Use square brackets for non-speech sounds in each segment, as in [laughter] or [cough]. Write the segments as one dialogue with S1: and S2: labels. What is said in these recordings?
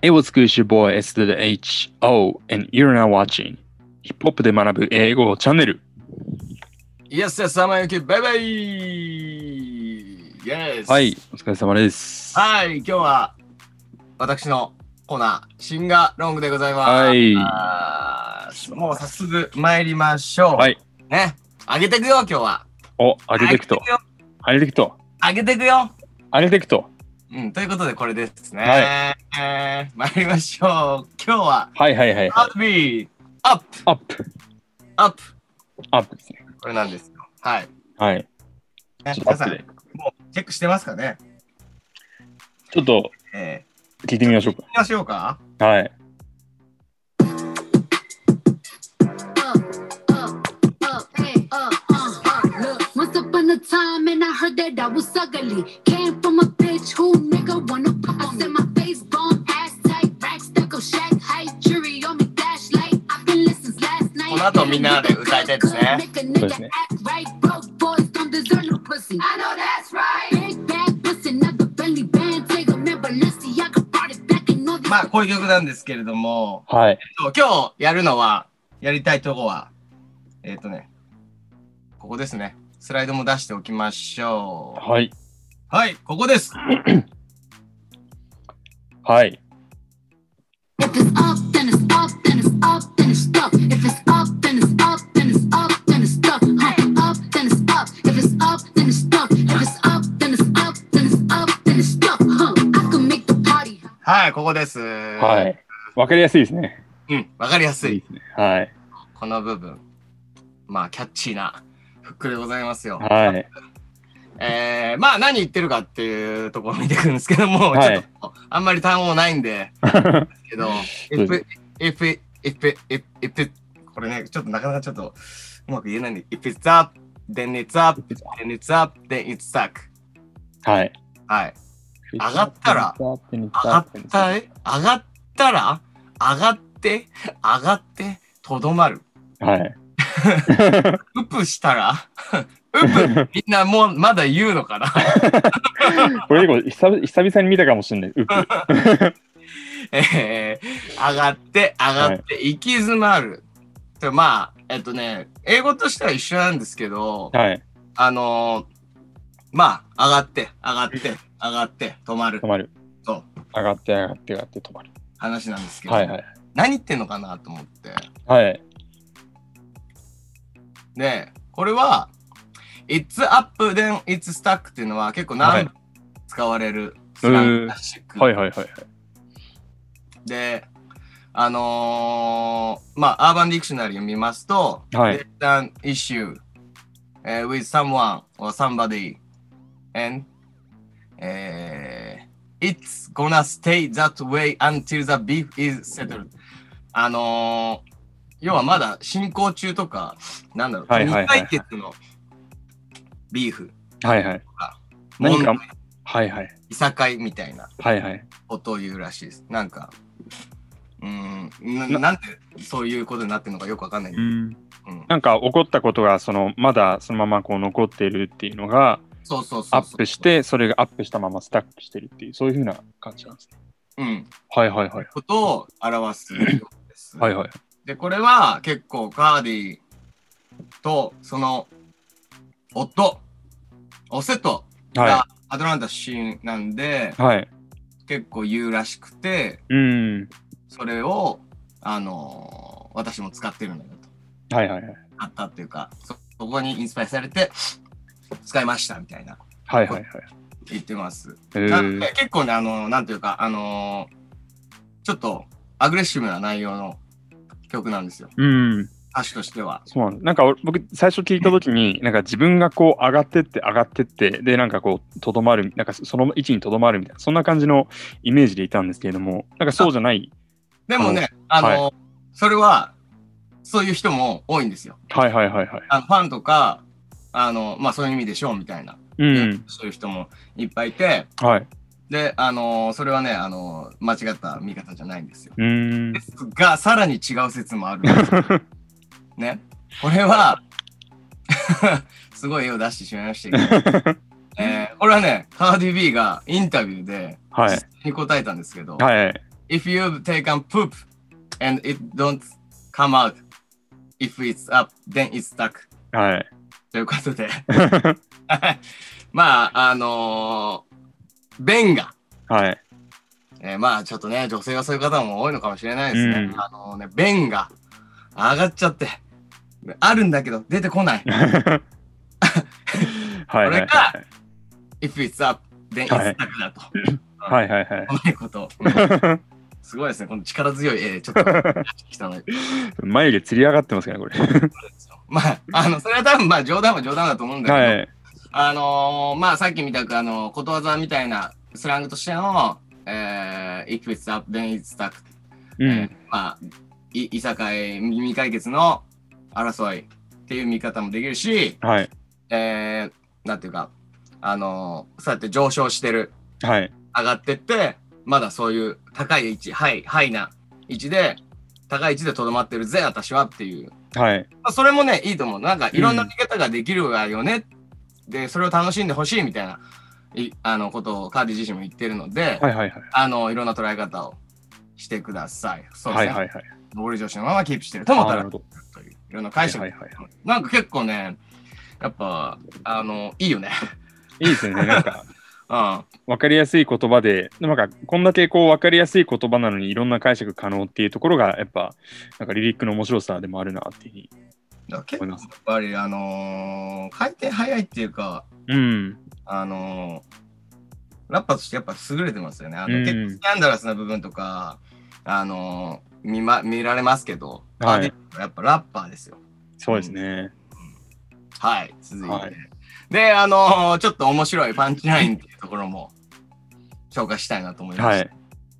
S1: Hey, what's good? It's your boy S to the H O, and you're now watching ヒップホップで学ぶ英語チャンネル。
S2: Yes, yes, 浜ゆき、バイバイ !Yes!
S1: はい。、お疲れ様です。
S2: はい、今日は私のコーナー、シンガーロングでございます。
S1: はい
S2: あーもう早速参りましょう。
S1: はい。
S2: ね、上げてくよ、今日は。
S1: お、上げていくと。上げていくと。
S2: 上げてくよ。上げて
S1: 上げていくと。
S2: くよ。うん、ということでこれですね。
S1: は
S2: えー、参りましょう。今日は、
S1: はいはいはい。
S2: アップビー、アップ、
S1: アップ。
S2: アップ。
S1: アップですね。
S2: これなんですよ。はい。
S1: はい。
S2: ね
S1: ちょっとア
S2: 皆
S1: ッ
S2: さ
S1: プ
S2: ん、
S1: で。
S2: もうチェックしてますかね
S1: ちょっと
S2: えー、
S1: 聞いてみましょう
S2: 行きましょうか。
S1: か。はい。
S3: Once upon a time, and I heard that I was ugly. Came from a bitch who nigga wanna fuck on me. my face gone, ass tight, rack stuck up, shack height, jury on me, flashlight. I've been listening since last night.
S2: この後みんなで歌いたいですね。
S3: Make a
S1: そうです
S3: nigga
S1: ね
S3: act right, broke boys don't deserve no pussy. I know that's right. Big bag, pussy, another Bentley band, take a member, Balenciaga brought it back and all this.
S2: まあ、こういう曲なんですけれども、
S1: はい。
S2: そう今日やるのは、やりたいとこは、えっ、とね、ここですね。スライドも出しておきましょう。
S1: はい。
S2: はい、ここです。
S1: はい。
S3: If it's up, then it's up, then it's up, then it's stuck. If it's up, then it's up, then it's up, then it's stuck. Huh. Up, then it's up. If it's up, then it's stuck. If it's up, then it's up, then it's up, then it's stuck. Huh. I can make the party.
S2: はい、ここです。。
S1: はいい。わかりやすいですね。
S2: うん、わかりやすい。
S1: はい。
S2: この部分。まあ、キャッチーなフックでございますよ。
S1: はい。
S2: えー、まあ、何言ってるかっていうところを見ていくんですけども、
S1: はい
S2: ちょっと、あんまり単語ないんで、けど、
S1: う
S2: エ
S1: で
S2: プ、エプ、エプ、エプ、エプ、これね、ちょっとなかなかちょっとうまく言えないんで、if it's up, then it's up, then it's up, then it's stuck.
S1: はい。 [laughs]
S2: はい。上がったら
S1: 上
S2: 上がったえ上がったら、上がって、上がって、とどまる。
S1: はい。
S2: うぷしたら、 [laughs] うぷ、みんなもうまだ言うのかな [laughs]
S1: これ結構久々久々に見たかもしれない。うっ
S2: えー、上がって、上がって、行き詰まる。でまあ、えっとね、英語としては一緒なんですけど、
S1: はい。
S2: あのー、まあ、上がって、上がって、上がって、止まる
S1: 止まる。
S2: そう
S1: 上がって上がって上がって止まる。
S2: 話なんですけど、
S1: はいはい。
S2: 何言ってんのかなと思って。
S1: はい。
S2: で、これは、It's up, then it's stuck っていうのは結構
S1: は
S2: 何
S1: い
S2: 度も使われるスラングらしく、
S1: はいはいはい。
S2: で、あのー、まあ、アーバンディクショナリーを見ますと、
S1: はい
S2: There's an issue、eh, with someone or somebody and、えー it's gonna stay that way until the beef is settled. あのー、要はまだ進行中とか、なんだろう、
S1: はいはいはいはい
S2: 未解決のビーフ、
S1: はいはい。何
S2: 問
S1: か
S2: 題、
S1: はいはい。
S2: いさかいみたいな
S1: はいはい。
S2: ことを言うらしいです。なんか、うーん、ななんでそういうことになってるのかよくわかんない。
S1: うん。
S2: うん、
S1: なんか起こったことが、その、まだそのままこう残ってるっていうのが、
S2: そうそうそうそう。
S1: アップし、て、それがアップしたままスタックしてるっていう、そういうふうな感じなんですね。
S2: うん、
S1: はいはいはい。
S2: ことを表す用語です。
S1: はいはい。
S2: で、これは結構カーディとその夫、オセト
S1: は
S2: がアトランタ出身なんで、
S1: い。はい。
S2: 結構言うらしくて、
S1: うん。
S2: それを、あのー私も使ってるんだよと。
S1: はいはいはい。
S2: あったっていうか、そそこにインスパイアされて、使いましたみたいな
S1: はいはいはい。
S2: 言ってます。
S1: え
S2: なので
S1: ー、
S2: 結構ね、あの、なんていうか、あのーちょっとアグレッシブな内容の曲なんですよ。
S1: うん。
S2: 歌詞としては。
S1: そうなんですなんか俺僕最初聞いた時になんか自分がこう上がってって上がってってでなんかこうとどまるなんかその位置にとどまるみたいなそんな感じのイメージでいたんですけれどもなんかそうじゃない
S2: でもね、あのー
S1: は
S2: それは、そういう人も多いんですよ。
S1: はいはいはいはい
S2: あのファンとか、あの、まあ、そういう意味でしょうみたいな、
S1: うん
S2: そういう人もいっぱいいて、
S1: はい
S2: で、あのーそれはね、あのー間違った見方じゃないんですよ。
S1: うーん
S2: ですが、さらに違う説もあるんです。
S1: [laughs]
S2: ね。これは、すごい絵を出してしまいましたけど、
S1: [laughs]
S2: えーこれはね、カーディビーがインタビューで、
S1: はい
S2: 質問に答えたんですけど、
S1: はい
S2: If you've taken poop and it don't come out, if it's up, then it's stuck.
S1: はい。 [laughs]
S2: ということで、 [laughs] まあ、あのー便が、
S1: はい。 [laughs]
S2: えーまあちょっとね、女性はそういう方も多いのかもしれないですね。
S1: うん
S2: あのね、便が上がっちゃって、あるんだけど出てこない。
S1: はいはい
S2: これか If it's up, then it's
S1: は
S2: stuck
S1: い
S2: だと。
S1: はいはいはい。
S2: うまいこと。うんすごいですね、この力強い絵、ちょっ
S1: [laughs]
S2: と出してきたので。
S1: 眉毛つり上がってますから、これ。
S2: まあ、あの、それは多分、まあ冗談は冗談だと思うんだけど、
S1: はい。
S2: あのーまあさっきみたくあのことわざみたいなスラングとしての、えー、if it's up then it's stuck、
S1: う
S2: えー
S1: ん。
S2: まあいいさかい未解決の争いっていう見方もできるし、
S1: はい。
S2: えー、なんていうかあのーそうやって上昇してる
S1: はい。
S2: 上がってってまだそういう高い位置はいはいな位置で高い位置でとどまってるぜ私はっていう
S1: はい。
S2: まあそれもね、いいと思う。なんか、いろんな見方ができるわよね。で、それを楽しんでほしいみたいな、いあの、ことをカーディ自身も言ってるので、
S1: はいはいはい。
S2: あの、いろんな捉え方をしてください。そう
S1: は
S2: です
S1: い
S2: ね。
S1: はいはい。
S2: ボール女子のままキープしてると
S1: あ
S2: も
S1: ー
S2: た
S1: な
S2: ら
S1: るほど。
S2: という、いろんな
S1: は
S2: 解
S1: い
S2: 釈。
S1: はいはい。
S2: なんか結構ね、やっぱ、あの、いいよね。 [laughs]
S1: いいですよね。なんか、
S2: うん。
S1: わかりやすい言葉で、なんか、こんだけこう、わかりやすい言葉なのに、いろんな解釈可能っていうところが、やっぱ、なんか、リリックの面白さでもあるなっていう
S2: だから結
S1: 思い
S2: 構や
S1: ま
S2: っ
S1: す
S2: ぱり、あのー回転早いっていうか、
S1: ふうに。うん。
S2: あのーラッパーとしてやっぱ優れてますよね。あの
S1: うん
S2: 結構スキャンダラスな部分とか、あのー見ま、見られますけど、
S1: はい
S2: アーティストはやっぱラッパーですよ。
S1: そうですね。
S2: はい、続いて。
S1: はい
S2: で、あのーちょっと面白いパンチラインっていうところも紹介したいなと思いま
S1: は
S2: す。
S1: い。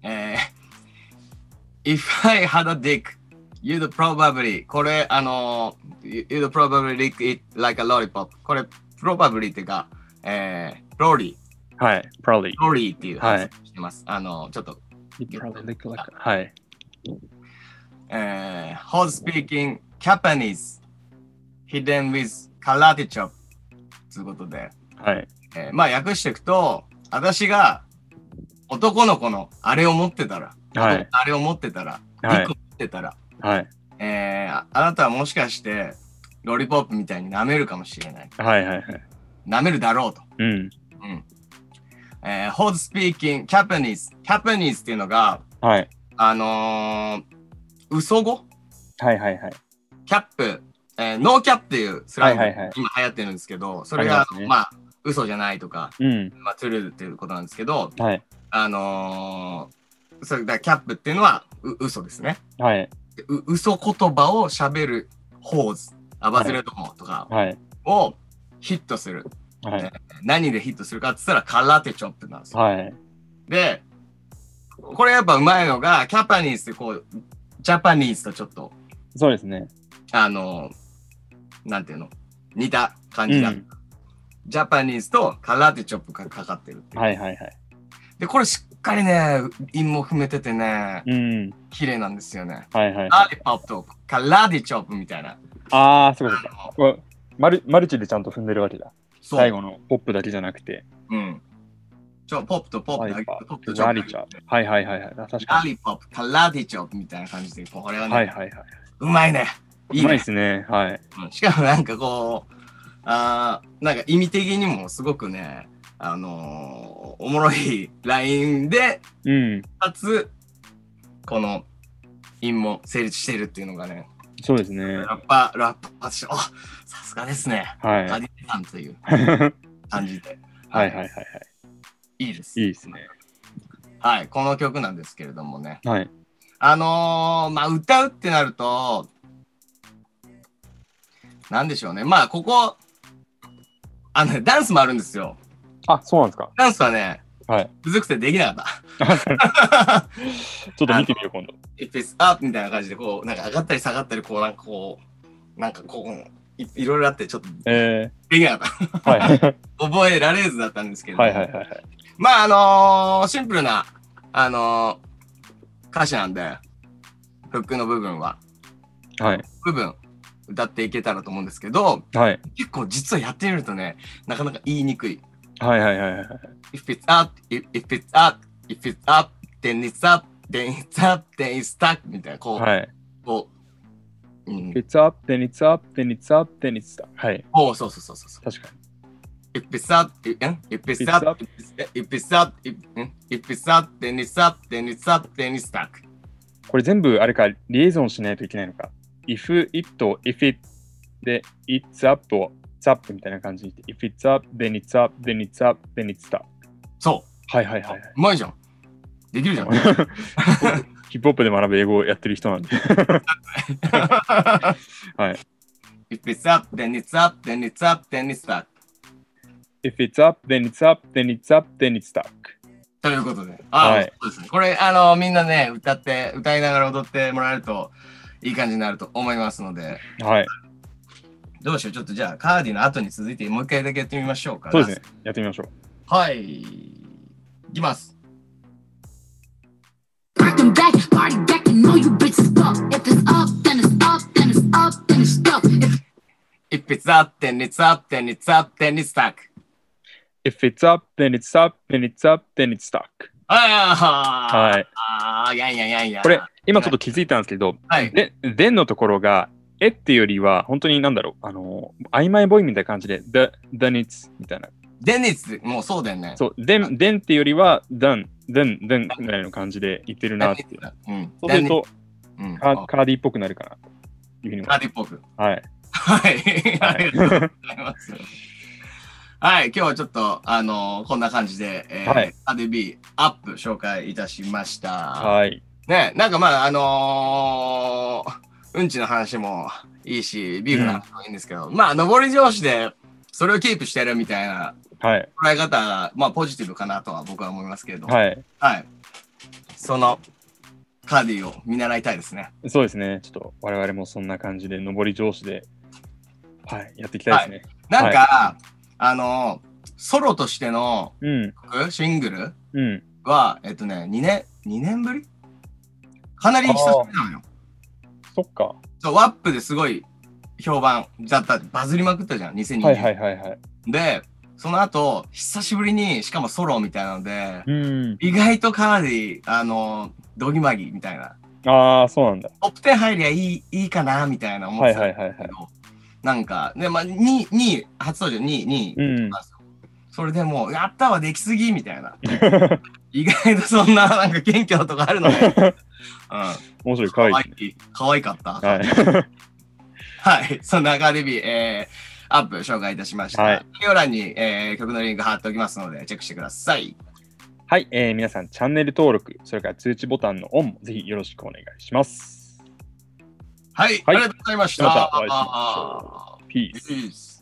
S2: えー If I had a dick, you'd probably これあのー you'd probably lick it like a lollipop これ probably っていうか、えー、ローリー
S1: はい。probably.
S2: ロリーっていう話をしてます。あの、ちょっと、
S1: はい。
S2: えー、Hot Speaking Japanese Hidden with Karate Chop ということで、
S1: はい。
S2: えーまあ訳していくと、私が男の子のあれを持ってたら、
S1: はい。
S2: あれを持ってたら、
S1: はい
S2: リックを持ってたら、
S1: はい。
S2: えー、ああなたはもしかして、ロリポップみたいに舐めるかもしれない。
S1: はい。はい。はい。
S2: 舐めるだろうと。
S1: うん。
S2: うん。えー、Hot Speaking Japanese Japanese っていうのが、
S1: はい。
S2: あのー、嘘語
S1: はい。はい。はい。
S2: キャップ、えーノーキャップっていうスラング、
S1: はいはいはい
S2: 今流行ってるんですけど、それが
S1: ありますね
S2: まあ、嘘じゃないとか、
S1: うん。
S2: まあ、トゥルーっていうことなんですけど、
S1: はい。
S2: あのーそれだキャップっていうのはう嘘ですね。
S1: はい。
S2: でう嘘言葉を喋るホーズ、アバズレどもとか
S1: はい。
S2: をヒットする。
S1: はい。
S2: 何でヒットするかって言ったら、カラテチョップなんですよ。
S1: はい。
S2: で、これやっぱうまいのが、キャパニーズってこう、ジャパニーズとちょっと、
S1: そうですね。
S2: あのーなんていうの、似た感
S1: う
S2: じだ。
S1: ん。
S2: ジャパニーズとカラーテチョップがかかってるっていう
S1: はい。はい。はい。
S2: で、これしっかりね、韻も踏めててね、
S1: うん。
S2: 綺麗なんですよね。
S1: はい。はい。
S2: ラーディパップとカラーディチョップみたいな。
S1: ああ、そうかそうか。
S2: あの
S1: うわマルマルチでちゃんと踏んでるわけだ。
S2: そう。
S1: 最後のポップだけじゃなくて。
S2: うん。ちょ、ポップとポッ
S1: はい
S2: プだけ、
S1: は
S2: ポップと
S1: い
S2: チョップ。
S1: リチャー。はいはいはいはい。確
S2: ラ
S1: か
S2: ー
S1: に。
S2: ディパップ、カラーディチョップみたいな感じで、これはね、
S1: はいはいは
S2: うまいね。
S1: い。
S2: いうい
S1: まいで
S2: ね。
S1: すね。はい。
S2: うんしかもなんかこう、あーなんか意味的にもすごくね、あのーおもろいラインで、
S1: うん。
S2: かつ、この韻も成立しているっていうのがね、
S1: そうですね。
S2: ラッパー、ラッパーとして、あさすがですね。
S1: はい。
S2: カ
S1: はい
S2: ディさんという
S1: はい
S2: 感じで。
S1: はいはい。
S2: いいです。
S1: いいですね。
S2: はい、この曲なんですけれどもね。
S1: はい。
S2: あのー、まあ、歌うってなると、なんでしょうね。まあ、ここ、あのね、ダンスもあるんですよ。
S1: あ、そうなんですか。
S2: ダンスはね、
S1: はい。
S2: むずくてできなかっ
S1: [laughs] ちょっと見てみよう、今度。
S2: た。If it's up みたいな感じで、こう、なんか上がったり下がったり、こう、なんかこう、なんかこう、いいろいろあって、ちょっと
S1: え
S2: できなかっ
S1: ー、はい。はい
S2: た。覚えられずだったんですけれども。
S1: はいはいはい。
S2: まああのーシンプルな、あのー歌詞なんで、フックの部分は、
S1: はい。
S2: 部分歌っていけたらと思うんですけど、
S1: はい。
S2: 結構実はやってみるとね、なかなか言いにくい。
S1: はいはいはいはい。
S2: if it's up, if, if it's up, if it's up, then it's up, then it's up, then it's stuck みたいな、こう、
S1: はい。
S2: こう、うん、
S1: It's up, then it's up, then it's up, then it's up. はい。
S2: おうそうそうそうそうそう。
S1: 確かに。
S2: If it's up, if if it's
S1: It's
S2: up,
S1: up.
S2: if it's up, if if it's up, then it's up, then it's up, then it's stuck.
S1: これ全部あれか、リエゾンしないといけないのか。if, it と if it で、it's up と it's up みたいな感じで。if it's up, then it's up, then it's up, then it's up.
S2: そ
S1: はいはいはいは
S2: う、うまいじゃん。できるじゃん。
S1: い。 [laughs] ヒップホップで学ぶ英語をやってる人なんで。はい。
S2: If it's up, then it's up, then it's up, then it's stuck.
S1: If it's up, then it's up, then it's up, then it's stuck.
S2: ということで。あ、
S1: はい
S2: そうですね。これ、あの、みんなね、歌って、歌いながら踊ってもらえると、いい感じになると思いますので、
S1: はい。
S2: どうしよう、ちょっとじゃあ、カーディの後に続いて、もう一回だけやってみましょうか。
S1: そうですね。。やってみましょう。
S2: はい。いきます。
S3: Rockin' back, party back, and know you bitches go. If it's up, then it's up, then it's up, then it's stuck. If
S2: If it's up, then it's up, then it's up, then it's stuck.
S1: If it's up, then it's up, then it's up, then it's stuck.
S2: ああ、
S1: はい。
S2: ああ、いやいやいやいや。
S1: これ、今ちょっと気づいたんですけど、
S2: はい。
S1: で、でんのところが、えっていうよりは、本当になんだろう、あの、曖昧ボーイみたいな感じで、the, then it's みたいな。
S2: デニス、もうそうだよね。
S1: そう、then, then っていうよりは、done, then, then ぐらいの感じで言ってるなっていう。
S2: うん。
S1: [laughs] そうすると、
S2: デニス、うん。
S1: カ
S2: カ
S1: ーカーディっぽくなるかな。いうふうに思
S2: ーディっぽく。
S1: うはい。
S2: はい。ありがとうござ
S1: は
S2: いますございます。はい、今日はちょっと、あのこんな感じで、えー
S1: はい
S2: アデビーアップ紹介いたしました。
S1: い。はい。
S2: ね、なんかまあ、あのーうんちの話もいいし、ビーフの話もいいんですけど、まあ、上り上司でそれをキープしてるみたいな
S1: はい。
S2: 捉え方が、まあ、ポジティブかなとは僕は思いますけれど、い、
S1: はい。
S2: はい。その、カーディを見習いたいですね。
S1: そうですね。ちょっと、我々もそんな感じで、上り上司で、はい、やっていきたいですね。
S2: なんか、あのソロとしての
S1: うん。
S2: 曲、シングル、
S1: うん。
S2: は、えっとね、2年、2年ぶりかなり久しぶりなのよ。
S1: そっか。
S2: そう、ワップですごい評判だった、バズりまくったじゃん、2020。
S1: はいはいはいはい。
S2: で、その後、久しぶりに、しかもソロみたいなので、
S1: うん。
S2: 意外とカーディ、あの、ドギマギみたいな、
S1: ああ、そうなんだ。
S2: トップ10入りゃいい、いいかな、みたいな思っ
S1: は
S2: て
S1: い
S2: た
S1: は
S2: け
S1: いはいはい。
S2: ど、なんか、で、まあ、2位、2位、初登場2位、2位、
S1: うん。
S2: それでもう、やったわ、できすぎ、みたいな。意外とそんな、なんか謙虚なとこあるのね。うん。
S1: 面白い、かわいいですね。
S2: い。可愛かった。はい。
S1: はい。
S2: そんなカーデビー、えー、アップ紹介いたしました。
S1: はい
S2: 概要欄に、えー、曲のリンク貼っておきますので、チェックしてください。
S1: はい、えー皆さん、チャンネル登録、それから通知ボタンのオンもぜひよろしくお願いします。
S2: はい。
S1: はい
S2: ありがとうございました。
S1: またお会いしましょう。Peace.
S2: Peace.